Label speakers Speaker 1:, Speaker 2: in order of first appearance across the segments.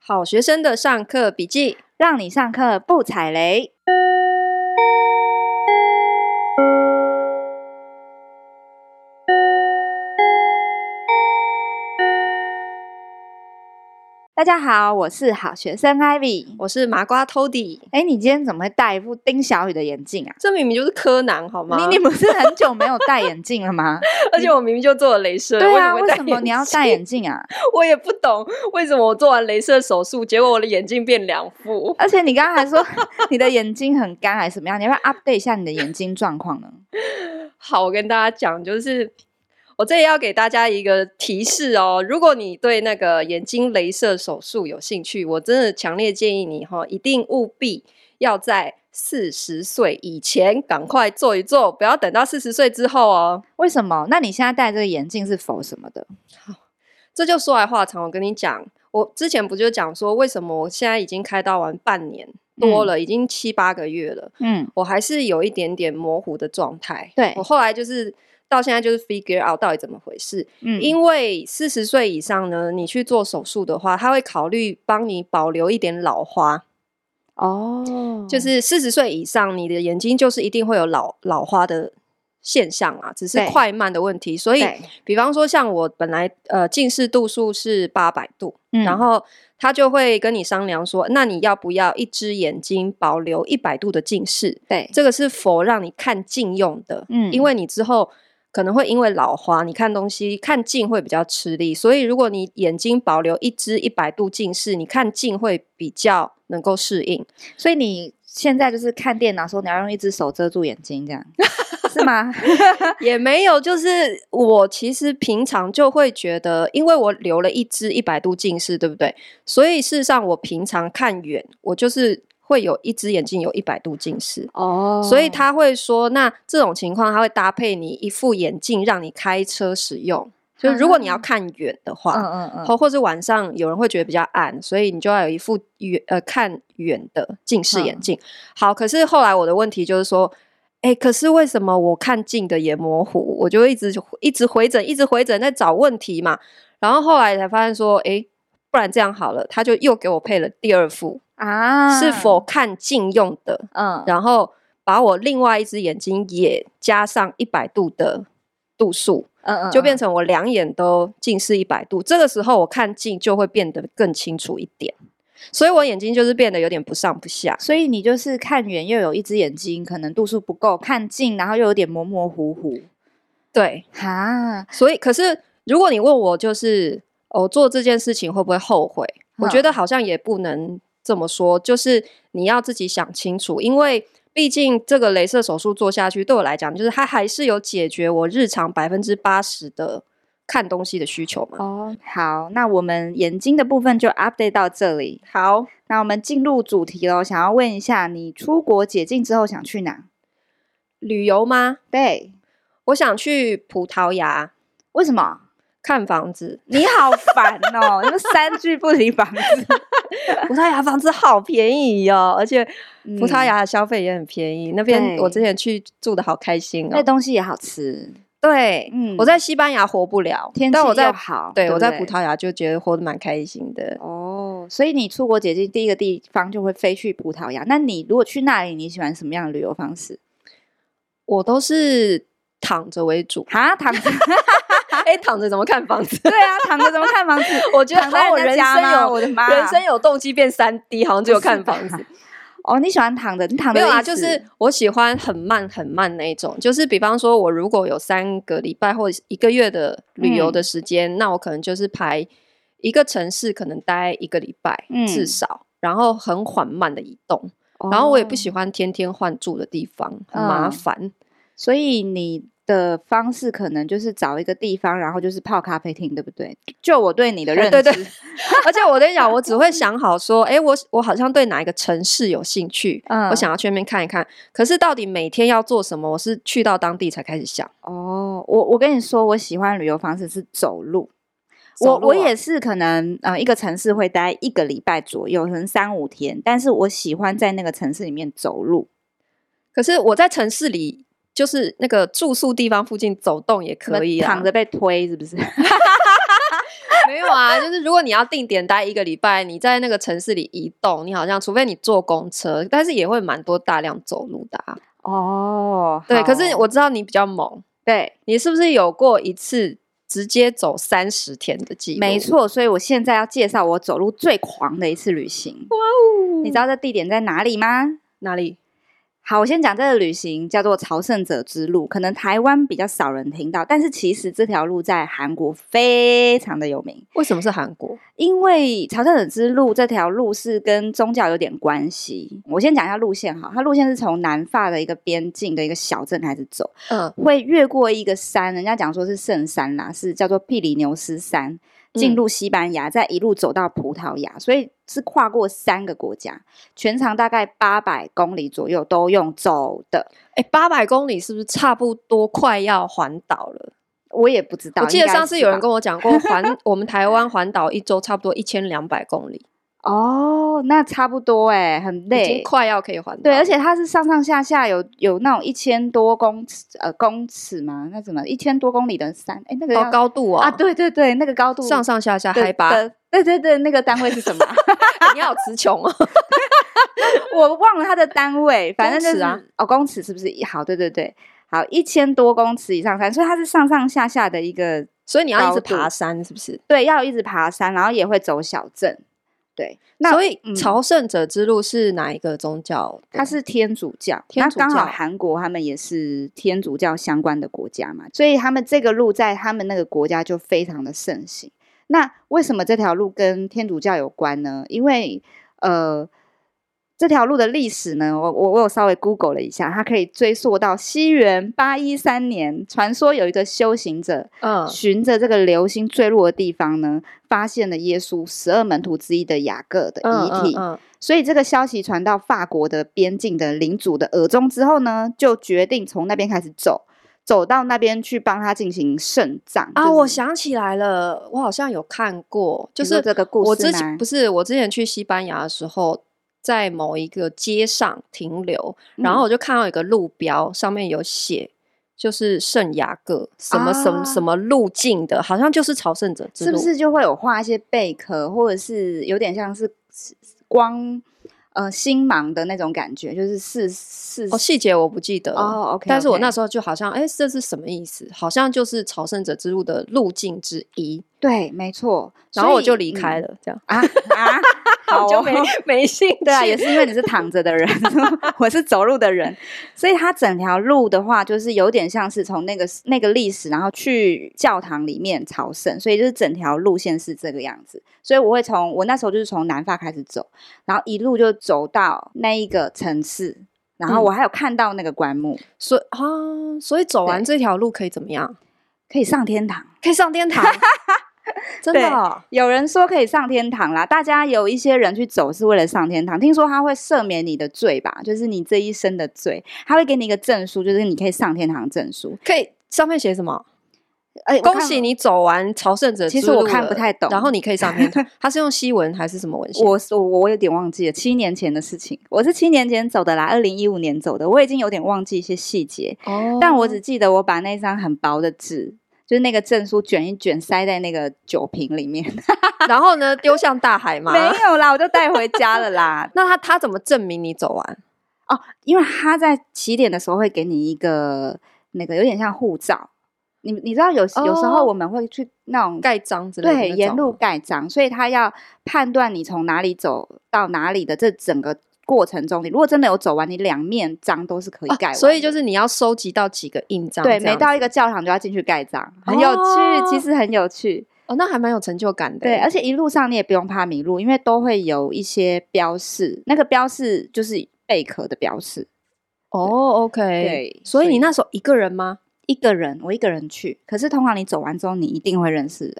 Speaker 1: 好学生的上课笔记，
Speaker 2: 让你上课不踩雷。大家好，我是好学生 Ivy。
Speaker 1: 我是麻瓜 Toddy，
Speaker 2: 哎，你今天怎么会戴一副丁小雨的眼镜啊？
Speaker 1: 这明明就是柯南好吗？
Speaker 2: 你你不是很久没有戴眼镜了吗？
Speaker 1: 而且我明明就做了镭射，
Speaker 2: 对啊，
Speaker 1: 为
Speaker 2: 为
Speaker 1: 什么
Speaker 2: 什
Speaker 1: 会戴
Speaker 2: 么你要戴
Speaker 1: 镜？
Speaker 2: 眼镜啊？
Speaker 1: 我也不懂为什么我做完镭射手术，结果我的眼镜变两副。
Speaker 2: 而且你刚刚还说 你的眼睛很干还是怎么样？你要不要 update 一下你的眼睛状况呢？
Speaker 1: 好，我跟大家讲，就是我这里要给大家一个提示哦，如果你对那个眼睛镭射手术有兴趣，我真的强烈建议你哈、一定务必要在四十岁以前赶快做一做，不要等到四十岁之后哦。
Speaker 2: 为什么？那你现在戴这个眼镜是否什么的？
Speaker 1: 这就说来话长，我跟你讲，我之前不就讲说，为什么我现在已经开刀完半年多了，已经七八个月了，
Speaker 2: 嗯，
Speaker 1: 我还是有一点点模糊的状态。
Speaker 2: 对
Speaker 1: 我后来就是到现在就是 figure out 到底怎么回事，
Speaker 2: 嗯
Speaker 1: 因为四十岁以上呢，你去做手术的话，他会考虑帮你保留一点老花，
Speaker 2: 哦，
Speaker 1: 就是四十岁以上，你的眼睛就是一定会有老老花的现象啊，只是
Speaker 2: 对
Speaker 1: 快慢的问题。所以，
Speaker 2: 对
Speaker 1: 比方说像我本来呃近视度数是八百度，
Speaker 2: 嗯
Speaker 1: 然后他就会跟你商量说，那你要不要一只眼睛保留一百度的近视？
Speaker 2: 对，
Speaker 1: 这个是否让你看近用的？
Speaker 2: 嗯
Speaker 1: 因为你之后可能会因为老花，你看东西看近会比较吃力，所以如果你眼睛保留一支一百度近视，你看近会比较能够适应。
Speaker 2: 所以你现在就是看电脑的时候，你要用一只手遮住眼睛，这样是吗？
Speaker 1: 也没有，就是我其实平常就会觉得，因为我留了一支一百度近视，对不对？所以事实上我平常看远，我就是会有一只眼睛有一百度近视。
Speaker 2: 哦
Speaker 1: 所以他会说，那这种情况他会搭配你一副眼镜，让你开车使用。就是如果你要
Speaker 2: 啊
Speaker 1: 看远的
Speaker 2: 嗯
Speaker 1: 话，
Speaker 2: 嗯嗯，
Speaker 1: 或、或是晚上有人会觉得比较暗，所以你就要有一副远呃看远的近视眼
Speaker 2: 嗯
Speaker 1: 镜。好，可是后来我的问题就是说。哎、可是为什么我看近的也模糊？我就一直一直回诊，一直回诊在找问题嘛。然后后来才发现说，哎、不然这样好了，他就又给我配了第二副，
Speaker 2: 啊，
Speaker 1: 是否看近用的
Speaker 2: 嗯
Speaker 1: 然后把我另外一只眼睛也加上一百度的度数，
Speaker 2: 嗯嗯，
Speaker 1: 就变
Speaker 2: 成
Speaker 1: 成我两眼都近视一百度。这个时候我看近就会变得更清楚一点，所以我眼睛就是变得有点不上不下。
Speaker 2: 所以你就是看远又有一只眼睛可能度数不够，看近然后又有点模模糊糊，
Speaker 1: 对，
Speaker 2: 哈，
Speaker 1: 所以可是如果你问我，就是我、哦做这件事情会不会后悔？
Speaker 2: 嗯
Speaker 1: 我觉得好像也不能这么说，就是你要自己想清楚，因为。毕竟这个镭射手术做下去，对我来讲，就是它还是有解决我日常百分之八十的看东西的需求嘛。
Speaker 2: 哦，好，那我们眼睛的部分就 update 到这里。
Speaker 1: 好，
Speaker 2: 那我们进入主题喽，想要问一下，你出国解禁之后想去哪？
Speaker 1: 旅游吗？
Speaker 2: 对，
Speaker 1: 我想去葡萄牙
Speaker 2: 为什么？，
Speaker 1: 看房子
Speaker 2: 你好烦 哦，你们三句不离房子。哦
Speaker 1: 葡萄牙房子好便宜哦，而且葡萄
Speaker 2: 嗯
Speaker 1: 牙的消费也很便宜。那边我
Speaker 2: 对
Speaker 1: 之前去住的好开心
Speaker 2: 那
Speaker 1: 哦。
Speaker 2: 东西也好吃，
Speaker 1: 对，
Speaker 2: 嗯
Speaker 1: 我在西班牙活不了，
Speaker 2: 天气
Speaker 1: 但我在
Speaker 2: 又好，
Speaker 1: 对
Speaker 2: 不
Speaker 1: 我在葡萄牙就觉得活得蛮开心的。
Speaker 2: 哦，所以你出国解禁第一个地方就会飞去葡萄牙。那你如果去那里，你喜欢什么样的旅游方式？，
Speaker 1: 我都是躺着为主
Speaker 2: 哈，躺着，
Speaker 1: 哎，躺着怎么看房子？
Speaker 2: 对啊，躺着怎么看房 子？
Speaker 1: 我觉得
Speaker 2: 躺在
Speaker 1: 好，我
Speaker 2: 人
Speaker 1: 人
Speaker 2: 家家
Speaker 1: 生
Speaker 2: 吗
Speaker 1: 有
Speaker 2: 我的妈啊
Speaker 1: 人生有动机变三 D，好像只有看房子。
Speaker 2: 哦，你喜欢躺着，你躺
Speaker 1: 没
Speaker 2: 着
Speaker 1: 有
Speaker 2: 的
Speaker 1: 啦，
Speaker 2: 意
Speaker 1: 就是
Speaker 2: 思
Speaker 1: 我喜欢很慢很慢那一种，就是比方说，我如果有三个礼拜或一个月的旅游的时间，那我可能就是排一个城市，可能待一个礼拜、
Speaker 2: 嗯
Speaker 1: 至少，然后很缓慢的移动，然后我也不
Speaker 2: 哦
Speaker 1: 喜欢天天换住的地方，很麻
Speaker 2: 嗯
Speaker 1: 烦。
Speaker 2: 所以你的方式可能就是找一个地方，然后就是泡咖啡厅，对不对？就我 对你的认
Speaker 1: 哎
Speaker 2: 知，
Speaker 1: 对对 而且我跟你讲，我 只会想好说，哎、我我好像对哪一个城市有兴趣，
Speaker 2: 嗯
Speaker 1: 我想要去那边看一看。可是到底每天要做什么，我是去到当地才开始想。
Speaker 2: 哦，我我跟你说，我喜欢旅游方式是走路。
Speaker 1: 走
Speaker 2: 我
Speaker 1: 路
Speaker 2: 我
Speaker 1: 啊
Speaker 2: 也是可能呃一个城市会待一个礼拜左右，可能三五天，但是我喜欢在那个城市里面走路。
Speaker 1: 可是我在城市里，就是那个住宿地方附近走动也可以、啊，
Speaker 2: 躺着被推是不是？
Speaker 1: 没有啊，就是如果你要定点待一个礼拜，你在那个城市里移动，你好像除非你坐公车，但是也会蛮多大量走路的、啊。
Speaker 2: 哦，
Speaker 1: 对，可
Speaker 2: 好
Speaker 1: 是我知道你比较猛，
Speaker 2: 对，
Speaker 1: 你是不是有过一次直接走三十天的记录？
Speaker 2: 没，错，所以我现在要介绍我走路最狂的一次旅行。
Speaker 1: 哦
Speaker 2: 你知道这地点在哪里吗？
Speaker 1: 哪里？
Speaker 2: 好，我先讲这个旅行叫做朝圣者之路，可能台湾比较少人听到，但是其实这条路在韩国非常的有名，
Speaker 1: 为什么是韩国？
Speaker 2: 因为朝圣者之路这条路是跟宗教有点关系。我先讲一下路线哈，它路线是从南法的一个边境的一个小镇开始走，
Speaker 1: 嗯，
Speaker 2: 会越过一个山，人家讲说是圣山啦，是叫做庇里牛斯山，进
Speaker 1: 嗯
Speaker 2: 入西班牙，再一路走到葡萄牙，所以是跨过三个国家，全长大概八百公里左右，都用走的。
Speaker 1: 哎、八百公里是不是差不多快要环岛了？
Speaker 2: 我也不知道，
Speaker 1: 我记得
Speaker 2: 应该
Speaker 1: 上次有人
Speaker 2: 是吧
Speaker 1: 跟我讲过环 我们台湾环岛一周差不多一千两百公里，
Speaker 2: 哦，那差不多哎、很
Speaker 1: 已经
Speaker 2: 累。
Speaker 1: 快要可以环岛。
Speaker 2: 对，而且它是上上下下有有那种一千多公尺呃公尺嘛，那怎么一千多公里的山？哎，那个
Speaker 1: 哦
Speaker 2: 要
Speaker 1: 高度哦
Speaker 2: 啊，对对对，那个高度
Speaker 1: 上上下下
Speaker 2: 的
Speaker 1: 海拔，
Speaker 2: 的对对对，那个单位是什么啊？
Speaker 1: 你好词穷哦。
Speaker 2: 我忘了它的单位，反正就是
Speaker 1: 公尺啊
Speaker 2: 哦，公尺是不是一？好，对对对，好，一千多公尺以上山，所以它是上上下下的一个，
Speaker 1: 所以你要一直
Speaker 2: 高度
Speaker 1: 爬山，是不是？
Speaker 2: 对，要一直爬山，然后也会走小镇，对，那
Speaker 1: 所以
Speaker 2: 嗯
Speaker 1: 朝圣者之路是哪一个宗教的？
Speaker 2: 它是天主教，
Speaker 1: 天主
Speaker 2: 那刚好
Speaker 1: 教
Speaker 2: 韩国他们也是天主教相关的国家嘛，所以他们这个路在他们那个国家就非常的盛行。那为什么这条路跟天主教有关呢？因为呃，这条路的历史呢，我我我有稍微 Google 了一下，它可以追溯到西元八一三年，传说有一个修行者
Speaker 1: 嗯，
Speaker 2: 循着这个流星坠落的地方呢，发现了耶稣十二门徒之一的雅各的
Speaker 1: 嗯
Speaker 2: 遗体。
Speaker 1: 嗯嗯
Speaker 2: 所以这个消息传到法国的边境的领主的耳中之后呢，就决定从那边开始走，走到那边去帮他进行圣葬。
Speaker 1: 啊，
Speaker 2: 就是
Speaker 1: 我想起来了，我好像有看过，就
Speaker 2: 你说
Speaker 1: 是
Speaker 2: 这个故事
Speaker 1: 我之
Speaker 2: 吗
Speaker 1: 前不是我之前去西班牙的时候，在某一个街上停留，然后我就看到一个路标，上面有写。就是圣雅各什么什么
Speaker 2: 啊
Speaker 1: 什么路径的，好像就是朝圣者之
Speaker 2: 是
Speaker 1: 路，
Speaker 2: 不是就会有画一些贝壳，或者是有点像是光呃星芒的那种感觉，就是四四
Speaker 1: 哦，细节我不记得了。
Speaker 2: 哦，OK，
Speaker 1: 但是我那
Speaker 2: 时
Speaker 1: 时候就好像，哎、这是什么意思？好像就是朝圣者之路的路径之一。
Speaker 2: 对，没错，
Speaker 1: 然后我
Speaker 2: 所以
Speaker 1: 就离开、
Speaker 2: 嗯
Speaker 1: 了， 这样
Speaker 2: 啊啊，好、哦，
Speaker 1: 我就没没兴趣。
Speaker 2: 对啊，也是因为你是躺着的人， 我是走路的人，所以它整条路的话，就是有点像是从那个那个历史，然后去教堂里面朝圣，所以就是整条路线是这个样子。所以我会从我那时候就是从南法开始走，然后一路就走到那一个城市，然后我还有看到那个棺木，
Speaker 1: 所以啊，所以走完
Speaker 2: 对
Speaker 1: 这条路可以怎么样？
Speaker 2: 可以上天堂。
Speaker 1: 可以上天堂， 真的哦、
Speaker 2: 有人说可以上天堂啦，大家有一些人去走是为了上天堂，听说他会赦免你的罪吧，就是你这一生的罪，他会给你一个证书，就是你可以上天堂证书。
Speaker 1: 可以上面写什么？
Speaker 2: 哎，我
Speaker 1: 恭
Speaker 2: 看
Speaker 1: 喜，你走完朝圣者之
Speaker 2: 其
Speaker 1: 路了。
Speaker 2: 实我看不太懂
Speaker 1: 然后你可以上天 堂，它是用西文还是什么文献？
Speaker 2: 我我我有点忘记了七年前的事情，我是七年前走的啦，二零一五年走的，我已经有点忘记一些细节，
Speaker 1: 哦
Speaker 2: 但 我只记得我把那张很薄的纸。就是那个证书卷一卷，塞在那个酒瓶里面。
Speaker 1: 然后呢，丢向大海嘛。
Speaker 2: 没有啦，我就带回家了啦。
Speaker 1: 那他他怎么证明你走完？
Speaker 2: 因为他在起点的时候会给你一个那个有点像护照，你你知道有、有时候
Speaker 1: 哦
Speaker 2: 我们会去那种
Speaker 1: 盖章之类的那
Speaker 2: 对
Speaker 1: 种
Speaker 2: 沿路盖章，所以他要判断你从哪里走到哪里的这整个过程中，你如果真的有走完，你两面章都是可以
Speaker 1: 啊
Speaker 2: 盖完的、
Speaker 1: 所以就是你要收集到几个印章，
Speaker 2: 对，
Speaker 1: 这
Speaker 2: 每
Speaker 1: 样
Speaker 2: 到
Speaker 1: 子
Speaker 2: 一个教堂就要进去盖章，很有趣，其
Speaker 1: 哦
Speaker 2: 实很有趣。
Speaker 1: 哦，那还蛮有成就感的。欸
Speaker 2: 对，而且一路上你也不用怕迷路，因为都会有一些标示，那个标示就是贝壳的标示。
Speaker 1: 哦，OK，
Speaker 2: 对
Speaker 1: 所以
Speaker 2: 所以
Speaker 1: 你那时候一个人吗？
Speaker 2: 一个人，我一个人去。可是通常你走完之后，你一定会认识人，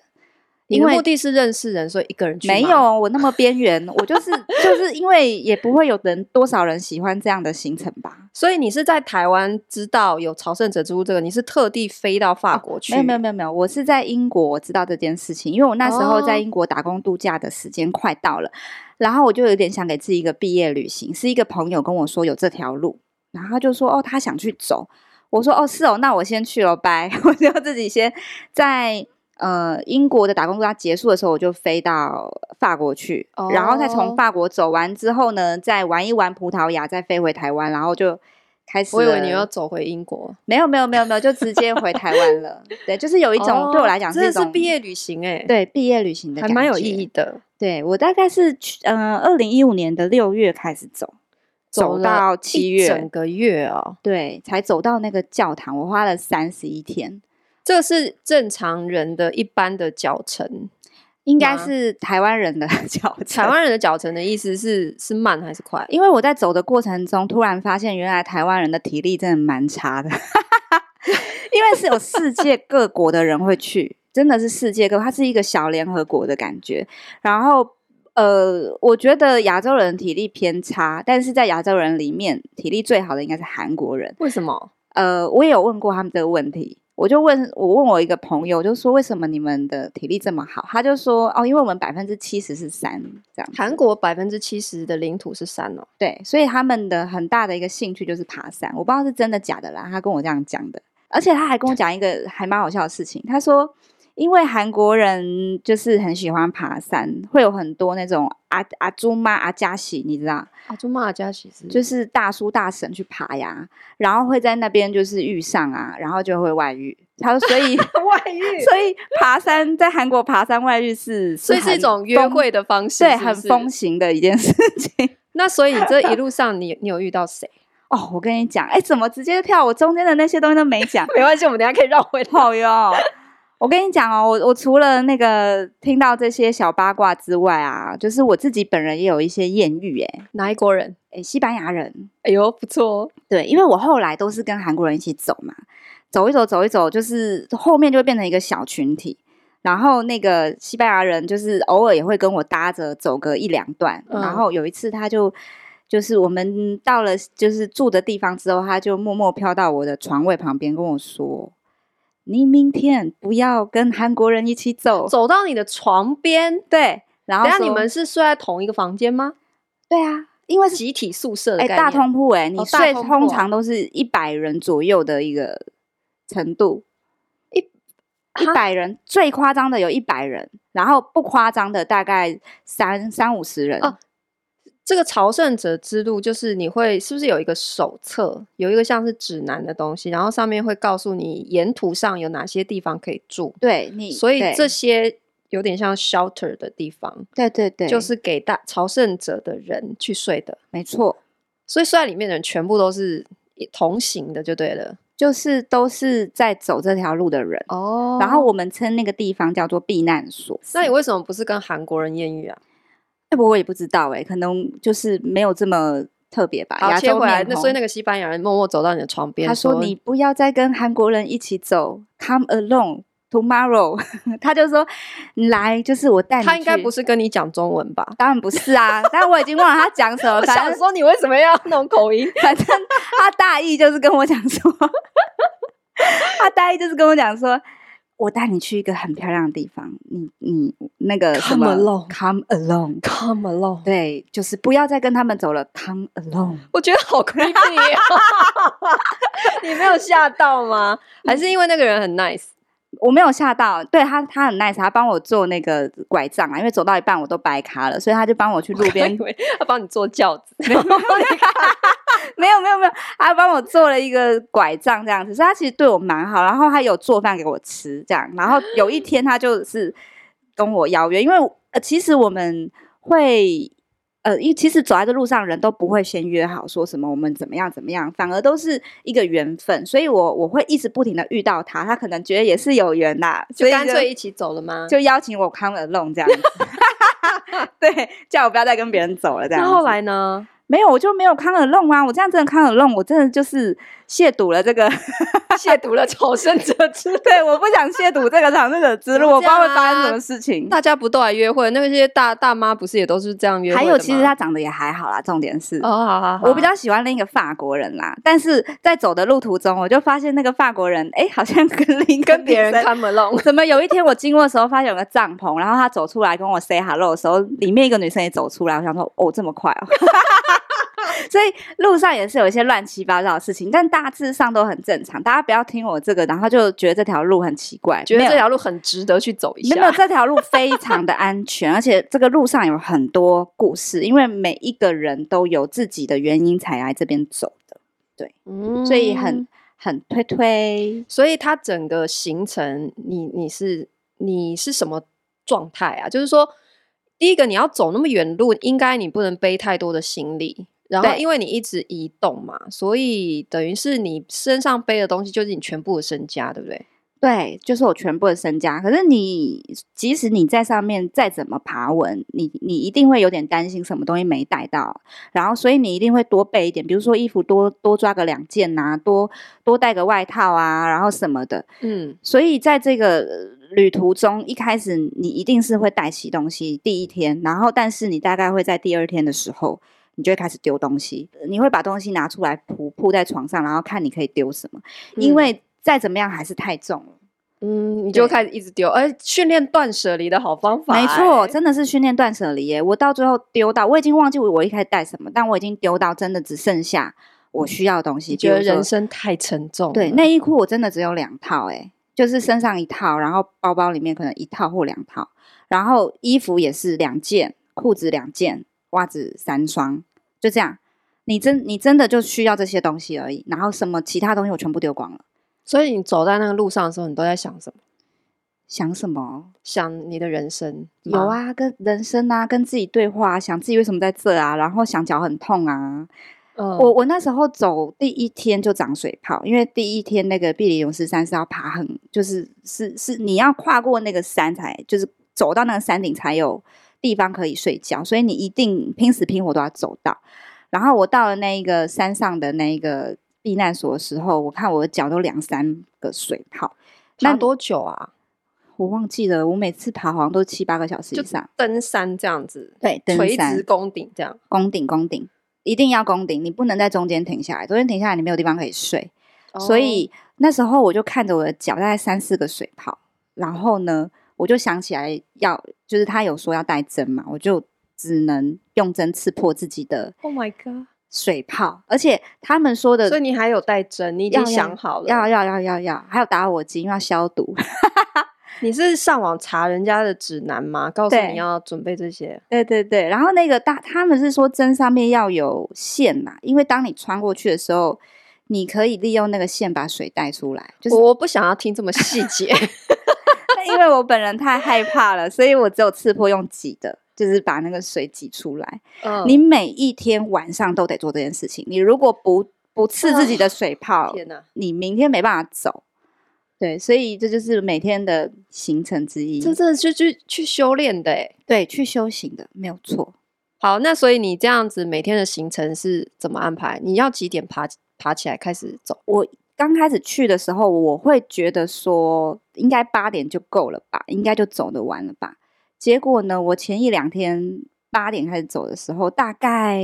Speaker 1: 你
Speaker 2: 因
Speaker 1: 的
Speaker 2: 为
Speaker 1: 目的是认识人，所以一个人去吗
Speaker 2: 没有我那么边缘，我就是 就是因为也不会有人多少人喜欢这样的行程吧。
Speaker 1: 所以你是在台湾知道有朝圣者之路这个，你是特地飞到法国去？
Speaker 2: 哦没有没有没有没有，我是在英国，我知道这件事情，因为我那时候在
Speaker 1: 哦
Speaker 2: 英国打工度假的时间快到了，然后我就有点想给自己一个毕业旅行，是一个朋友跟我说有这条路，然后他就说哦他 想去走，我说哦是哦，那我先去了，拜，我就自己先在呃英国的打工度假结束的时候，我就飞到法国去，然后再从
Speaker 1: 哦
Speaker 2: 法国走完之后呢，再玩一玩葡萄牙，再飞回台湾，然后就开始
Speaker 1: 我
Speaker 2: 了。
Speaker 1: 以为你要走回英国，
Speaker 2: 没有没有没有没有，就直接回台湾了。对，就是有一种、对我来讲
Speaker 1: 哦真的
Speaker 2: 一种
Speaker 1: 是毕业旅行哎、
Speaker 2: 对毕业旅行的
Speaker 1: 还蛮
Speaker 2: 感
Speaker 1: 有
Speaker 2: 觉
Speaker 1: 意义。的。
Speaker 2: 对我大概是去呃二零一五年的六月开始走，走
Speaker 1: 了
Speaker 2: 到
Speaker 1: 一
Speaker 2: 七月，
Speaker 1: 整个月哦，
Speaker 2: 对，才走到那个教堂，我花了三十一天，
Speaker 1: 这是正常人的一般的脚程。
Speaker 2: 应该
Speaker 1: 吗
Speaker 2: 是台湾人的 教
Speaker 1: 台
Speaker 2: 程。
Speaker 1: 湾人的脚程的意思是是慢还是快？
Speaker 2: 因为我在走的过程中，突然发现原来台湾人的体力真的蛮差的， 因为是有世界各国的人会去，真的是世界各国，它是一个小联合国的感觉。然后，呃，我觉得亚洲人体力偏差，但是在亚洲人里面，体力最好的应该是韩国人。
Speaker 1: 为什么？
Speaker 2: 呃，我也有问过他们这个问题，我就问我问我一个朋友，我就说为什么你们的体力这么好？他就说哦，因为我们百分之七十是山这样子，
Speaker 1: 韩国百分之七十的领土是山哦，
Speaker 2: 对，所以他们的很大的一个兴趣就是爬山，我不知道是真的假的啦，他跟我这样讲的，而且他还跟我讲一个还蛮好笑的事情，他说。因为韩国人就是很喜欢爬山，会有很多那种阿阿朱妈阿加喜，你知道，
Speaker 1: 啊，就马尔加其实
Speaker 2: 就是大叔大婶去爬呀，然后会在那边就是遇上啊，然后就会外遇。他说，所 以
Speaker 1: 外遇，
Speaker 2: 所以爬山在韩国爬山外遇是，
Speaker 1: 所以是一
Speaker 2: 很
Speaker 1: 种约
Speaker 2: 风
Speaker 1: 会的方式，
Speaker 2: 对，
Speaker 1: 是不
Speaker 2: 很
Speaker 1: 是
Speaker 2: 风。行的一件事情。
Speaker 1: 那所以 这一路上你你有遇到谁？。
Speaker 2: 哦，我跟你讲，哎，怎么直接跳？我中间的那些东西都没讲
Speaker 1: 没关系，我们等一下可以绕回来。
Speaker 2: 好哟，我跟你讲哦，我我除了那个听到这些小八卦之外啊，就是我自己本人也有一些艳遇，哎
Speaker 1: 哪一国人？
Speaker 2: 哎，西班牙人。
Speaker 1: 哎呦，不错哦，
Speaker 2: 对，因为我后来都是跟韩国人一起走嘛，走一走，走一走，就是后面就会变成一个小群体。然后那个西班牙人就是偶尔也会跟我搭着走个一两段，
Speaker 1: 嗯
Speaker 2: 然后有一次他就就是我们到了就是住的地方之后，他就默默飘到我的床位旁边跟我说：“你明天不要跟韩国人一起走。
Speaker 1: 走到你的床边。
Speaker 2: 对，然后
Speaker 1: 等一下你
Speaker 2: 说
Speaker 1: 们是睡在同一个房间吗？
Speaker 2: 对啊，因为是
Speaker 1: 集体宿舍的
Speaker 2: 哎、
Speaker 1: 概念。
Speaker 2: 大通铺哎、你
Speaker 1: 哦大
Speaker 2: 睡
Speaker 1: 通铺
Speaker 2: 通
Speaker 1: 哦
Speaker 2: 常都是一百人左右的一个程度，一
Speaker 1: 哈
Speaker 2: 百人最夸张的有一百人，然后不夸张的大概三三五十人。
Speaker 1: 哦这个朝圣者之路，就是你会是不是有一个手册，有一个像是指南的东西，然后上面会告诉你沿途上有哪些地方可以住，
Speaker 2: 对你，
Speaker 1: 所以
Speaker 2: 对
Speaker 1: 这些有点像 shelter 的地方，
Speaker 2: 对对对，
Speaker 1: 就是给大朝圣者的人去睡的，
Speaker 2: 没错，
Speaker 1: 所以睡在里面的人全部都是一同行的，就对了。
Speaker 2: 就是都是在走这条路的人。
Speaker 1: 哦
Speaker 2: 然后我们称那个地方叫做避难所。
Speaker 1: 那你为什么不是跟韩国人艳遇啊？
Speaker 2: 哎我也不知道哎、可能就是没有这么特别吧。
Speaker 1: 好，
Speaker 2: 啊亚
Speaker 1: 切
Speaker 2: 洲
Speaker 1: 回来，
Speaker 2: 面
Speaker 1: 那所以
Speaker 2: 孔
Speaker 1: 那个西班牙人默默走到你的床边，
Speaker 2: 他说：“你不要再跟韩国人一起走，Come alone tomorrow。” 他就说：“你来，就是我带你去。”
Speaker 1: 他应该不，是跟你讲中文吧？
Speaker 2: 当然不是啊，但 我已经忘了他讲什么，
Speaker 1: 我
Speaker 2: 反
Speaker 1: 想
Speaker 2: 正
Speaker 1: 说你为什么要那种口音？
Speaker 2: 反正他大意就是跟我讲说， 他大意就是跟我讲说。我带你去一个很漂亮的地方，你你那个什
Speaker 1: Come
Speaker 2: 么
Speaker 1: alone
Speaker 2: come alone，
Speaker 1: Come along，
Speaker 2: 对，就是不要再跟他们走了，come alone。
Speaker 1: 我觉得好 creepy 啊！你没有吓到吗？还
Speaker 2: 嗯
Speaker 1: 是因为那个人很 nice？
Speaker 2: 我没有吓到，对他，他很 nice，他帮我做那个拐杖啊，因为走到一半我都掰卡了，所以他就帮我去路
Speaker 1: 我
Speaker 2: 边
Speaker 1: 以，为他帮你做轿子，
Speaker 2: 没有没有没有，他帮我做了一个拐杖这样子，所以他其实对我蛮好，然后他有做饭给我吃这样，然后有一天他就是跟我邀约，因为呃其实我们会。呃，因为其实走在这路上，人都不会先约好说什么我们怎么样怎么样，反而都是一个缘分，所以我我会一直不停的遇到他，他可能觉得也是有缘啦，
Speaker 1: 就
Speaker 2: 所以
Speaker 1: 干脆一起走了吗？
Speaker 2: 就邀请我 come alone 这样子， 对，叫我不要再跟别人走了这样
Speaker 1: 那
Speaker 2: 子。
Speaker 1: 后来呢？
Speaker 2: 没有，我就没有 come alone 啊，我这样真的 come alone，我真的就是亵渎了这个，。
Speaker 1: 亵渎了朝圣者之路
Speaker 2: 对，我不想亵渎这个长这个之路，
Speaker 1: 不
Speaker 2: 我不知道
Speaker 1: 这
Speaker 2: 会
Speaker 1: 样
Speaker 2: 发生
Speaker 1: 啊
Speaker 2: 什么事 情。
Speaker 1: 大家不都来约会？那些大大妈不是也都是这样约会
Speaker 2: 还
Speaker 1: 的吗
Speaker 2: 有，其实他长得也还好啦，重点是。
Speaker 1: 哦，好好好，
Speaker 2: 我比较喜欢另一个法国人啦，但是在走的路途中，我就发现那个法国人，哎、好像 跟另一个
Speaker 1: 跟别 人
Speaker 2: 女生
Speaker 1: come along。
Speaker 2: 怎么有一天我经过的时候，发现有个帐篷，然后他走出来跟我 say hello 的时候，里面一个女生也走出来，我想说，哦，这么快哦， 所以路上也是有一些乱七八糟的事情，但大致上都很正常。大家不要听我这个，然后就觉得这条路很奇怪，
Speaker 1: 觉得
Speaker 2: 没有
Speaker 1: 这条路很值得去走一
Speaker 2: 没有
Speaker 1: 下。
Speaker 2: 这条路非常的安全，而且这个路上有很多故事，因为每一个人都有自己的原因才来这边走的，
Speaker 1: 嗯
Speaker 2: 所以很很推推。
Speaker 1: 所以它整个行程，你你是你是什么状态啊？就是说，第一个你要走那么远路，应该你不能背太多的行李，然后
Speaker 2: 对
Speaker 1: 因为你一直移动嘛，所以等于是你身上背的东西就是你全部的身家，对不对？
Speaker 2: 对，就是我全部的身家。可是你，即使你在上面再怎么爬文，你你一定会有点担心什么东西没带到，然后所以你一定会多备一点，比如说衣服多多抓个两件呐、多多带个外套啊，然后什么的。
Speaker 1: 嗯，
Speaker 2: 所以在这个呃旅途中，一开始你一定是会带齐东西，第一天，然后但是你大概会在第二天的时候，你就会开始丢东西，你会把东西拿出来铺铺在床上，然后看你可以丢什么，因
Speaker 1: 嗯
Speaker 2: 为再怎么样还是太重了。
Speaker 1: 嗯，你就
Speaker 2: 对
Speaker 1: 开始一直丢，而训练断舍离的好方法、
Speaker 2: 没错，
Speaker 1: 欸
Speaker 2: 真的是训练断舍离耶！我到最后丢到，我已经忘记我我一开始带什么，但我已经丢到真的只剩下我需要的东西，
Speaker 1: 你觉得
Speaker 2: 比如说
Speaker 1: 人生太沉重了，
Speaker 2: 对，内衣裤我真的只有两套、欸，就是身上一套，然后包包里面可能一套或两套，然后衣服也是两件，裤子两件，袜子三双，就这样。你真你真的就需要这些东西而已，然后什么其他东西我全部丢光了。
Speaker 1: 所以你走在那个路上的时候，你都在想什么？
Speaker 2: 想什么？
Speaker 1: 想你的人生？
Speaker 2: 有，啊，跟人生啊，跟自己对话啊、想自己为什么在这啊，然后想脚很痛啊。
Speaker 1: 嗯，
Speaker 2: 我我那时候走第一天就长水泡，因为第一天那个碧里勇士山是要爬很，就是是是你要跨过那个山才，就是走到那个山顶才有地方可以睡觉，所以你一定拼死拼活都要走到。然后我到了那一个山上的那一个避难所的时候，我看我的脚都两三个水泡，那
Speaker 1: 爬
Speaker 2: 你
Speaker 1: 多久啊？
Speaker 2: 我忘记了，我每次爬好像都七八个小时
Speaker 1: 就
Speaker 2: 以上，
Speaker 1: 登山这样子，
Speaker 2: 对，登
Speaker 1: 垂
Speaker 2: 山
Speaker 1: 直攻顶这样。
Speaker 2: 攻顶攻顶，一定要攻顶，你不能在中间停下来，中间停下来你没有地方可以睡。
Speaker 1: 哦
Speaker 2: 所以那时候我就看着我的脚，大概三四个水泡，然后呢，我就想起来要，就是他有说要带针嘛，我就只能用针刺破自己的
Speaker 1: Oh my god！
Speaker 2: 水泡，而且他们说的
Speaker 1: 呃所以你还有带针，你已
Speaker 2: 要
Speaker 1: 经想好了。
Speaker 2: 要要要要要，还有打火机，因为要消毒。
Speaker 1: 你是上网查人家的指南吗？告诉
Speaker 2: 对
Speaker 1: 你要准备这些。
Speaker 2: 对对对，然后那个大他们是说针上面要有线嘛，因为当你穿过去的时候，你可以利用那个线把水带出来，就是
Speaker 1: 我不想要听这么细节。
Speaker 2: 但因为我本人太害怕了，所以我只有刺破用挤的，就是把那个水挤出来。
Speaker 1: 嗯
Speaker 2: 你每一天晚上都得做这件事情，你如果不不刺自己的水泡，
Speaker 1: 啊天哪，
Speaker 2: 你明天没办法走。对，所以这就是每天的行程之一。
Speaker 1: 这真的是去去修炼的哎。
Speaker 2: 对去修行的没有错。
Speaker 1: 好，那所以你这样子每天的行程是怎么安排？你要几点爬爬起来开始走？
Speaker 2: 刚开始去的时候，我会觉得说应该八点就够了吧，应该就走得完了吧。结果呢，我前一两天八点开始走的时候，大概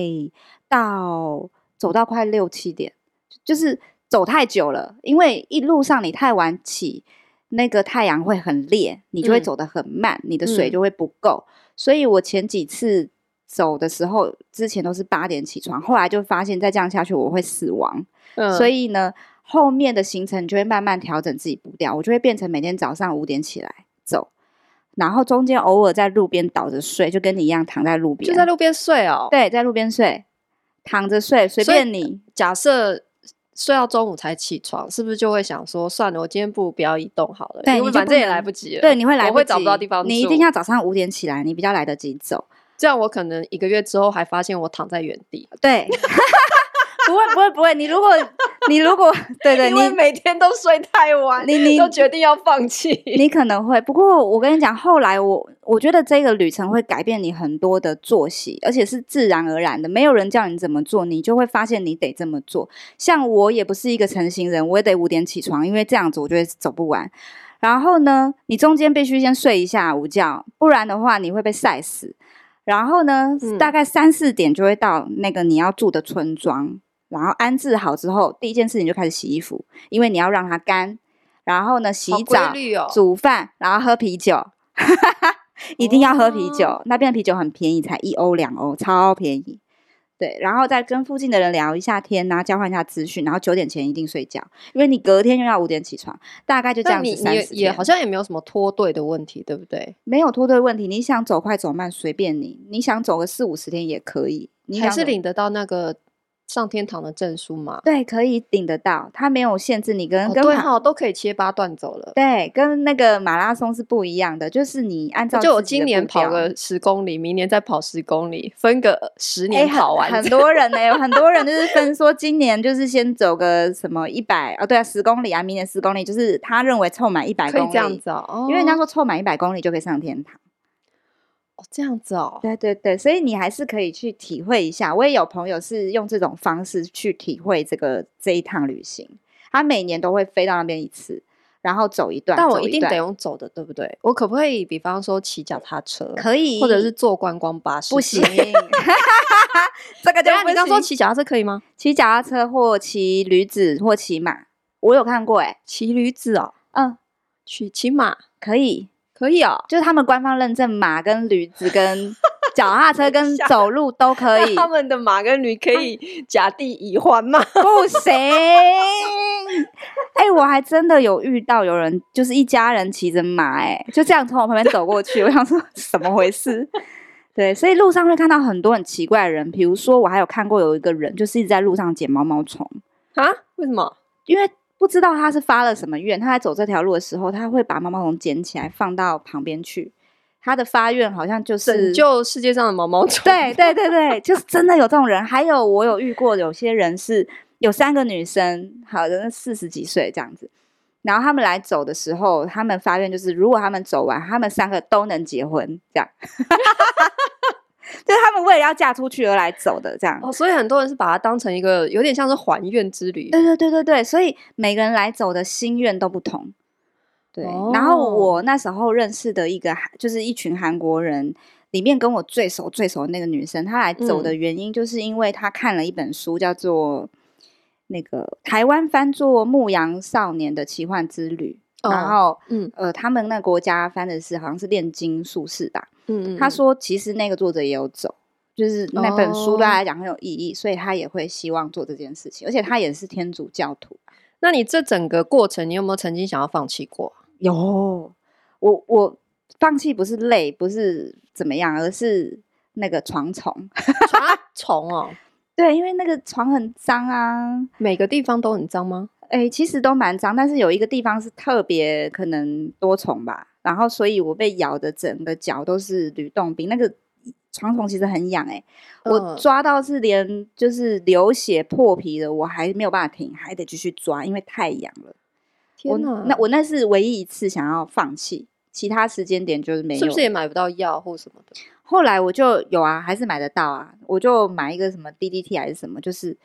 Speaker 2: 到走到快六七点，就是走太久了，因为一路上你太晚起，那个太阳会很烈，你就会
Speaker 1: 嗯
Speaker 2: 走得很慢，你的水
Speaker 1: 嗯
Speaker 2: 就会不够。所以我前几次走的时候，之前都是八点起床，后来就发现再这样下去我会死亡。
Speaker 1: 嗯
Speaker 2: 所以呢，后面的行程就会慢慢调整自己步调，我就会变成每天早上五点起来走，然后中间偶尔在路边倒着睡，就跟你一样躺在路边，
Speaker 1: 就在路边睡哦。，
Speaker 2: 对，在路边睡，躺着睡，随
Speaker 1: 所以
Speaker 2: 便你。
Speaker 1: 假设睡到中午才起床，是不是就会想说，算了，我今天不如不要移动好了，
Speaker 2: 对
Speaker 1: 因为
Speaker 2: 你就
Speaker 1: 反
Speaker 2: 不
Speaker 1: 正也
Speaker 2: 能
Speaker 1: 来不及了。
Speaker 2: 对，你会来
Speaker 1: 我
Speaker 2: 不
Speaker 1: 会找不
Speaker 2: 及
Speaker 1: 到地方
Speaker 2: 你一
Speaker 1: 住
Speaker 2: 定要早上五点起来，你比较来得及 走。
Speaker 1: 这样我可能一个月之后还发现我躺在原地，
Speaker 2: 对， 不会不会不会，你如果你如果对 对，
Speaker 1: 因为
Speaker 2: 你
Speaker 1: 每天都睡太晚，
Speaker 2: 你你
Speaker 1: 就决定要放弃。
Speaker 2: 你可能会，不过我跟你讲，后来我我觉得这个旅程会改变你很多的作息，而且是自然而然的，没有人叫你怎么做，你就会发现你得这么做。像我也不是一个成型人，我也得五点起床，因为这样子我就会走不完。然后呢，你中间必须先睡一下午觉，不然的话你会被晒死。然后呢，
Speaker 1: 嗯
Speaker 2: 大概三四点就会到那个你要住的村庄，然后安置好之后，第一件事情就开始洗衣服，因为你要让它干。然后呢，洗
Speaker 1: 好规
Speaker 2: 澡、
Speaker 1: 律哦
Speaker 2: 煮饭，然后喝啤酒， 一定要喝啤酒。
Speaker 1: 哦
Speaker 2: 那边的啤酒很便宜，才一欧两欧，超便宜。对，然后再跟附近的人聊一下天呐、交换一下资讯，然后九点前一定睡觉，因为你隔天又要五点起床，大概就这
Speaker 1: 但
Speaker 2: 样
Speaker 1: 你
Speaker 2: 子
Speaker 1: 你
Speaker 2: 三
Speaker 1: 也
Speaker 2: 十
Speaker 1: 也
Speaker 2: 天
Speaker 1: 好。像也没有什么脱队的问题，对不对？
Speaker 2: 没有脱队问题，你想走快走慢随便你，你想走个四五十天也可以，你
Speaker 1: 还
Speaker 2: 想
Speaker 1: 是
Speaker 2: 走
Speaker 1: 领得到那个上天堂的证书嘛？
Speaker 2: 对可以顶得到，它没有限制你跟、
Speaker 1: 哦
Speaker 2: 跟
Speaker 1: 对
Speaker 2: 马
Speaker 1: 哈，都可以切八段走了。
Speaker 2: 对跟那个马拉松是不一样的，就是你按照
Speaker 1: 就我
Speaker 2: 自己
Speaker 1: 今
Speaker 2: 的
Speaker 1: 年
Speaker 2: 步
Speaker 1: 跑
Speaker 2: 调
Speaker 1: 个十公里，明年再跑十公里，分个十
Speaker 2: 哎，
Speaker 1: 年跑完。
Speaker 2: 很很多人呢、有很多人就是分说今年就是先走个什么一百哦，对啊，十公里啊，明年十公里，就是他认为凑满一百
Speaker 1: 可以
Speaker 2: 公
Speaker 1: 这样
Speaker 2: 里，
Speaker 1: 子哦，
Speaker 2: 因为人家
Speaker 1: 哦
Speaker 2: 说凑满一百公里就可以上天堂。
Speaker 1: 哦这样子哦，
Speaker 2: 对对对，所以你还是可以去体会一下。我也有朋友是用这种方式去体会这个这一趟旅行，他每年都会飞到那边一次，然后走一段，
Speaker 1: 但我
Speaker 2: 走
Speaker 1: 一定
Speaker 2: 段
Speaker 1: 得用走的，对不对？我可不可以，比方说骑脚踏车，
Speaker 2: 可以，
Speaker 1: 或者是坐观光巴士？
Speaker 2: 不行， 这个就
Speaker 1: 等一下。
Speaker 2: 不
Speaker 1: 啊你刚说
Speaker 2: 行
Speaker 1: 骑脚踏车可以吗？
Speaker 2: 骑脚踏车或骑驴子或骑马，我有看过哎、
Speaker 1: 骑驴子哦，
Speaker 2: 嗯，
Speaker 1: 骑骑马
Speaker 2: 可以，
Speaker 1: 可以 哦。
Speaker 2: 就是他们官方认证马跟驴子 跟脚踏车跟
Speaker 1: 吓
Speaker 2: 走路都可 以，
Speaker 1: 他们的马跟驴可以甲地乙欢吗？
Speaker 2: 不行。哎、我还真的有遇到有人，就是一家人骑着马、哎，就这样从我旁边走过去，我 想说怎么回事？对，所以路上会看到很多很奇怪的人，比如说我还有看过有一个人，就是一直在路上捡毛毛虫，
Speaker 1: 啊？为什么？
Speaker 2: 因为不知道他是发了什么愿，他在走这条路的时候，他会把毛毛虫捡起来放到旁边去。他的发愿好像就是
Speaker 1: 拯救世界上的毛毛虫？
Speaker 2: 对对对对，就是真的有这种人。还有我有遇过有些人是有三个女生，好的，那四十几岁这样子。然后他们来走的时候，他们发愿就是，如果他们走完，他们三个都能结婚，这样。 就是他们为了要嫁出去而来走的，这样。
Speaker 1: 哦，所以很多人是把它当成一个有点像是还愿之旅。
Speaker 2: 对对对对对，所以每个人来走的心愿都不同。对，然后我那时候认识的一个韩，就是一群韩国人，里面跟我最熟最熟的那个女生，她来走的原因，就是因为她看了一本书，叫做那个台湾翻作《牧羊少年的奇幻之旅》，然
Speaker 1: 哦，
Speaker 2: 后
Speaker 1: 嗯
Speaker 2: 呃，他们那个国家翻的是好像是炼金术士吧，
Speaker 1: 嗯嗯，
Speaker 2: 他
Speaker 1: 嗯，
Speaker 2: 说，其实那个作者也有走，就是那本书
Speaker 1: 哦
Speaker 2: 对他来讲很有意义，所以他也会希望做这件事情，而且他也是天主教徒。啊
Speaker 1: 那你这整个过程，你有没有曾经想要放弃 过？
Speaker 2: 有，我我放弃不是累，不是怎么样，而是那个床虫。
Speaker 1: 啊，虫哦，
Speaker 2: 对，因为那个床很脏啊，
Speaker 1: 每个地方都很脏吗？
Speaker 2: 哎、其实都蛮脏，但是有一个地方是特别可能多虫吧，然后所以我被咬的整个脚都是吕洞宾，那个床虫其实很痒哎、我
Speaker 1: 嗯
Speaker 2: 抓到是连就是流血破皮的，我还没有办法停，还得继续抓，因为太痒了。我
Speaker 1: 天哪，
Speaker 2: 那我那是唯一一次想要放弃，其他时间点就是没有。
Speaker 1: 是不是也买不到药或什么的？
Speaker 2: 后来我就有啊，还是买得到啊，我就买一个什么 DDT 还是什么，就是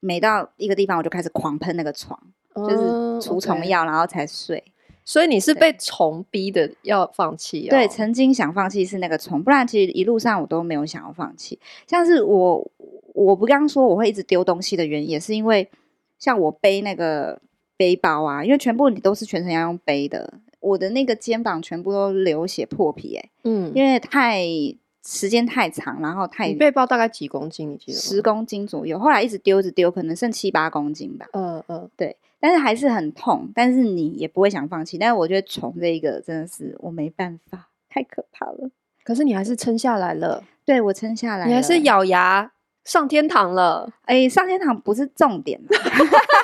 Speaker 2: 每到一个地方我就开始狂喷那个床，就是除虫。
Speaker 1: 哦 OK
Speaker 2: 药，然后才睡。
Speaker 1: 所以你是
Speaker 2: 对
Speaker 1: 被虫逼的要放弃哦？
Speaker 2: 对，曾经想放弃是那个虫，不然其实一路上我都没有想要放弃。像是我，我不刚刚说我会一直丢东西的原因，也是因为像我背那个背包啊，因为全部你都是全程要用背的，我的那个肩膀全部都流血破皮、欸，
Speaker 1: 嗯，
Speaker 2: 因为太时间太长，然后太
Speaker 1: 你背包大概几公斤？你记得吗？
Speaker 2: 十公斤左右，后来一直丢，一直丢，可能剩七八公斤吧。
Speaker 1: 嗯嗯，
Speaker 2: 对，但是还是很痛，但是你也不会想放弃。但是我觉得虫这一个真的是我没办法，太可怕了。
Speaker 1: 可是你还是撑下来了，
Speaker 2: 对我撑下来了，
Speaker 1: 你还是咬牙上天堂了。
Speaker 2: 哎、上天堂不是重点啦。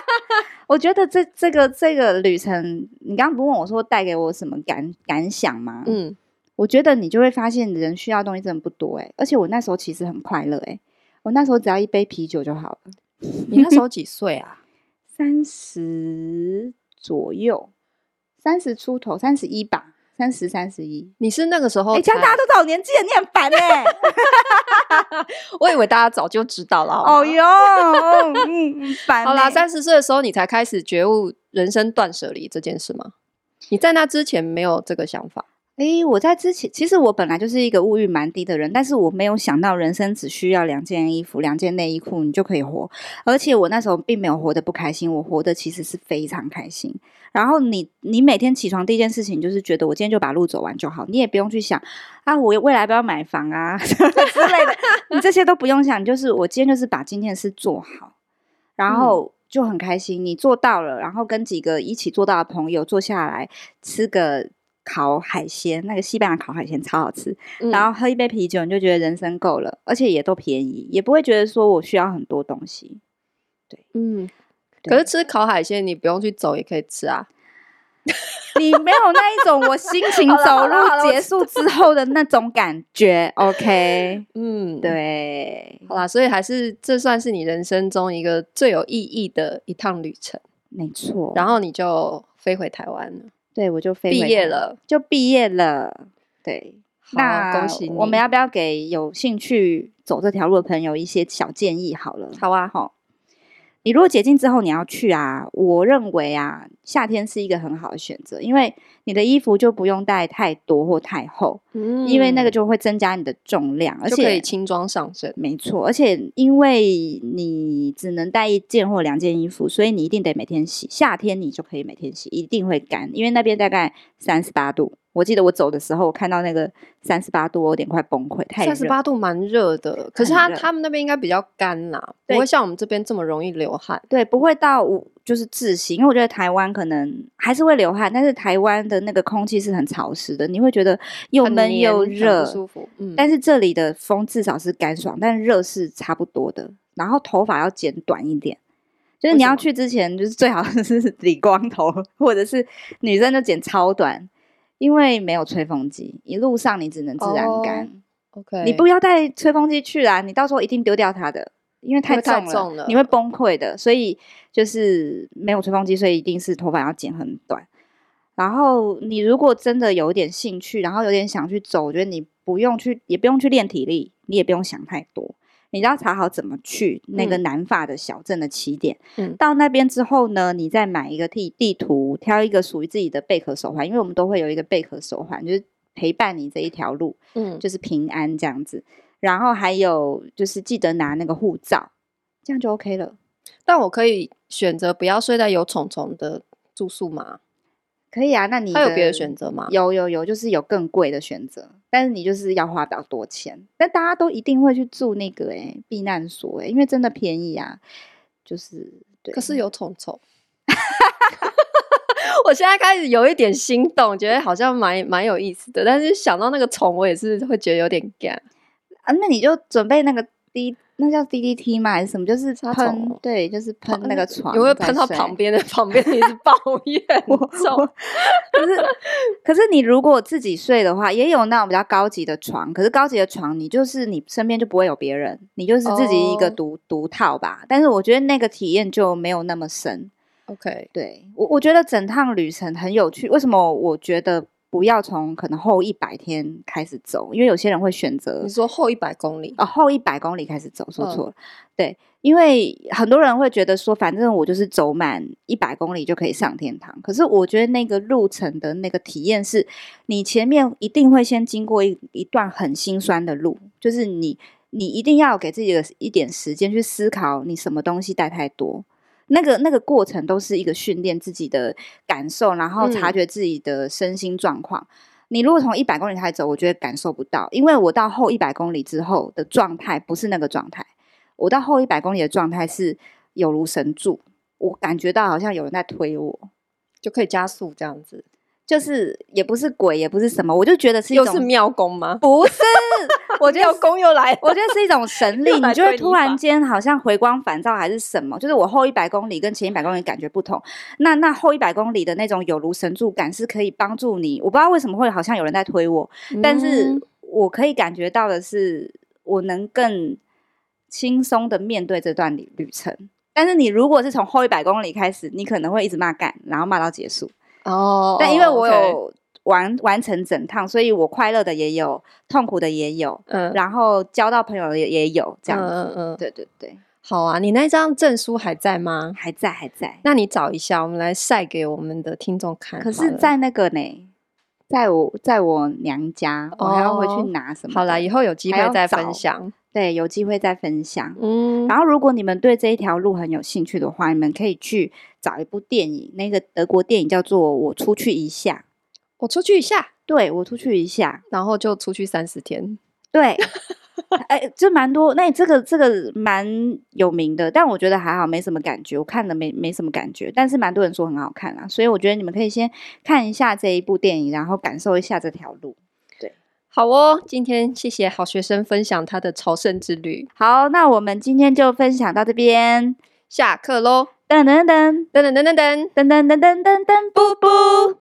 Speaker 2: 我觉得这这个这个旅程，你刚刚不问我说带给我什么感感想吗？，
Speaker 1: 嗯，
Speaker 2: 我觉得你就会发现人需要的东西真的不多哎、而且我那时候其实很快乐哎、我那时候只要一杯啤酒就好了，
Speaker 1: 嗯你那时候几岁啊？
Speaker 2: 三十左右，三十出头，三十一吧，三十三十一。
Speaker 1: 你是那个时候
Speaker 2: 哎、
Speaker 1: 哦才？
Speaker 2: 这样大家都找我年纪了，你很烦 哎、
Speaker 1: 我以为大家早就知道了。好吗
Speaker 2: 哦，哟，嗯嗯，烦、欸。
Speaker 1: 好啦，三十岁的时候你才开始觉悟人生断舍离这件事吗？你在那之前没有这个想法？
Speaker 2: 诶，我在之前，其实我本来就是一个物欲蛮低的人，但是我没有想到人生只需要两件衣服、两件内衣裤，你就可以活。而且我那时候并没有活得不开心，我活得其实是非常开心。然后你，你每天起床第一件事情就是觉得 我今天就把路走完就好，你也不用去想啊，我未来要不要买房啊之类的，你这些都不用想，就是我今天就是把今天的事做好，然后就很开心。你做到了，然后跟几个一起做到的朋友坐下来吃个烤海鲜，那个西班牙烤海鲜超好吃。
Speaker 1: 嗯
Speaker 2: 然后喝一杯啤酒，你就觉得人生够了，而且也都便宜，也不会觉得说我需要很多东西。
Speaker 1: 嗯，
Speaker 2: 对
Speaker 1: 可是吃烤海鲜你不用去走也可以吃啊。
Speaker 2: 你没有那一种我心情
Speaker 1: 好了
Speaker 2: 走
Speaker 1: 好了好了
Speaker 2: 路
Speaker 1: 我
Speaker 2: 结束之后的那种感 觉。OK，
Speaker 1: 嗯，。
Speaker 2: 对，
Speaker 1: 好啦，所以还是这算是你人生中一个最有意义的一趟旅程，
Speaker 2: 没错。
Speaker 1: 然
Speaker 2: 后
Speaker 1: 后你就飞回台湾了，
Speaker 2: 对我就飞
Speaker 1: 毕
Speaker 2: 回
Speaker 1: 业
Speaker 2: 台湾，
Speaker 1: 了，
Speaker 2: 就毕业了。对，
Speaker 1: 好
Speaker 2: 那
Speaker 1: 恭喜你！
Speaker 2: 我们要不要给有兴趣走这条路的朋友一些小建议？好了，
Speaker 1: 好啊，
Speaker 2: 好。你如果解禁之后你要去啊，我认为啊，夏天是一个很好的选择，因为你的衣服就不用带太多或太厚，
Speaker 1: 嗯
Speaker 2: 因为那个就会增加你的重量，而
Speaker 1: 就可以
Speaker 2: 且
Speaker 1: 轻装上阵。
Speaker 2: 没错，而且因为你只能带一件或两件衣服，所以你一定得每天洗。夏天你就可以每天洗，一定会干，因为那边大概三十八度。我记得我走的时候，我看到那个三十八度，我有点快崩溃，太热
Speaker 1: 三十八度蛮热的，可是
Speaker 2: 很
Speaker 1: 他
Speaker 2: 热
Speaker 1: 他们那边应该比较干啦，
Speaker 2: 对
Speaker 1: 不会像我们这边这么容易流汗。
Speaker 2: 对，不会到我就是窒息，因为我觉得台湾可能还是会流汗，但是台湾的那个空气是很潮湿的，你会觉得又
Speaker 1: 很
Speaker 2: 闷又
Speaker 1: 黏很
Speaker 2: 热
Speaker 1: 不，舒服。嗯，
Speaker 2: 但是这里的风至少是干爽，但热是差不多的。然后头发要剪短一点，就是
Speaker 1: 为
Speaker 2: 你
Speaker 1: 什
Speaker 2: 要
Speaker 1: 么
Speaker 2: 去之前，就是最好 是理光头，或者是女生就剪超短，因为没有吹风机，一路上你只能自然
Speaker 1: 哦
Speaker 2: 干。
Speaker 1: OK，
Speaker 2: 你不要带吹风机去啦，你到时候一定丢掉它的，因为
Speaker 1: 因为
Speaker 2: 太重
Speaker 1: 太
Speaker 2: 了，
Speaker 1: 重了
Speaker 2: 你会崩溃的。所以就是没有吹风机，所以一定是头发要剪很短。然后你如果真的有点兴趣，然后有点想去走，我觉得你不用去，也不用去练体力，你也不用想太多。你只要查好怎么去那个
Speaker 1: 嗯
Speaker 2: 南法的小镇的起点，
Speaker 1: 嗯
Speaker 2: 到那边之后呢，你再买一个地地图，挑一个属于自己的贝壳手环，因为我们都会有一个贝壳手环，就是陪伴你这一条路。
Speaker 1: 嗯，
Speaker 2: 就是平安这样子。然后还有就是记得拿那个护照，这样就 OK 了。
Speaker 1: 但我可以选择不要睡在有虫虫的住宿吗？
Speaker 2: 可以啊，那你
Speaker 1: 还有别的
Speaker 2: 择？
Speaker 1: 选择吗？
Speaker 2: 有有有，就是有更贵的选择，但是你就是要花比较多钱。但大家都一定会去住那个诶、欸避难所诶、因为真的便宜啊。就是对，
Speaker 1: 可是有虫虫。 我现在开始有一点心动，觉得好像蛮蛮有意思的，但是想到那个虫，我也是会觉得有点干。
Speaker 2: 啊，那你就准备那个滴，那叫 DDT 吗？还是什么？就是
Speaker 1: 杀
Speaker 2: 喷
Speaker 1: 虫，
Speaker 2: 对，就是
Speaker 1: 哦
Speaker 2: 喷那个床，
Speaker 1: 有没有喷到旁？边的？旁边的一直抱 怨
Speaker 2: 我
Speaker 1: 重。
Speaker 2: 可是， 可是你如果自己睡的话，也有那种比较高级的床。可是高级的床，你就是你身边就不会有别人，你就是自己一个
Speaker 1: 哦
Speaker 2: 独、独套吧。但是我觉得那个体验就没有那么深。
Speaker 1: OK，
Speaker 2: 对我，我觉得整趟旅程很有趣。为什么我觉得不要从可能后一百天开始走？因为有些人会选择
Speaker 1: 你说后一百公里，
Speaker 2: 哦，后一百公里开始走，说
Speaker 1: 嗯
Speaker 2: 错了。对，因为很多人会觉得说，反正我就是走满一百公里就可以上天堂。可是我觉得那个路程的那个体验是，你前面一定会先经过一一段很心酸的路，就是你你一定要给自己的一点时间去思考，你什么东西带太多。那个那个过程都是一个训练自己的感受，然后察
Speaker 1: 嗯
Speaker 2: 觉自己的身心状况。你如果从一百公里开始走，我觉得感受不到，因为我到后一百公里之后的状态不是那个状态，我到后一百公里的状态是有如神助，我感觉到好像有人在推我，
Speaker 1: 就可以加速这样子，
Speaker 2: 就是也不是鬼，也不是什么，我就觉得是一
Speaker 1: 又
Speaker 2: 种
Speaker 1: 是妙功吗？
Speaker 2: 不是，我觉得
Speaker 1: 妙
Speaker 2: 是
Speaker 1: 功又来了，
Speaker 2: 我觉得是一种神力，
Speaker 1: 又
Speaker 2: 你
Speaker 1: 来
Speaker 2: 就会
Speaker 1: 推你
Speaker 2: 突
Speaker 1: 一
Speaker 2: 然
Speaker 1: 把
Speaker 2: 间好像回光返照还是什么，就是我后一百公里跟前一百公里感觉不同。那那后一百公里的那种有如神助感是可以帮助你，我不知道为什么会好像有人在推我，但是
Speaker 1: 嗯
Speaker 2: 我可以感觉到的是，我能更轻松的面对这段旅旅程。但是你如果是从后一百公里开始，你可能会一直骂干，然后骂到结束。
Speaker 1: 哦，
Speaker 2: 但因为我
Speaker 1: OK，
Speaker 2: 有完完成整趟，所以我快乐的也有，痛苦的也有，
Speaker 1: 嗯，
Speaker 2: 然后交到朋友的也也有这样子。
Speaker 1: 嗯嗯嗯，
Speaker 2: 对对对，
Speaker 1: 好啊，你那张证书还在吗？
Speaker 2: 还在还在。
Speaker 1: 那你找一下，我们来晒给我们的听众看好
Speaker 2: 可
Speaker 1: 了。
Speaker 2: 是，在那个呢，在我在我娘家，我还要回去
Speaker 1: 哦
Speaker 2: 拿什么的？
Speaker 1: 好啦，以后有机
Speaker 2: 还要
Speaker 1: 会再
Speaker 2: 找
Speaker 1: 分享。
Speaker 2: 对，有机会再分享。
Speaker 1: 嗯
Speaker 2: 然后，如果你们对这一条路很有兴趣的话，你们可以去找一部电影，那个德国电影叫做《我出去一下》。
Speaker 1: 我出去一下，
Speaker 2: 对，我出去一下。
Speaker 1: 然后就出去三十天。
Speaker 2: 对，哎，这蛮多，那这个这个蛮有名的，但我觉得还好，没什么感觉，我看了没没什么感觉，但是蛮多人说很好看啊，所以我觉得你们可以先看一下这一部电影，然后感受一下这条路。
Speaker 1: 好哦，今天谢谢好学生分享他的朝圣之旅，
Speaker 2: 好，那我们今天就分享到这边，
Speaker 1: 下课喽！
Speaker 2: 噔噔噔
Speaker 1: 等等等等等。
Speaker 2: 噔噔噔噔噔噔噔，布布。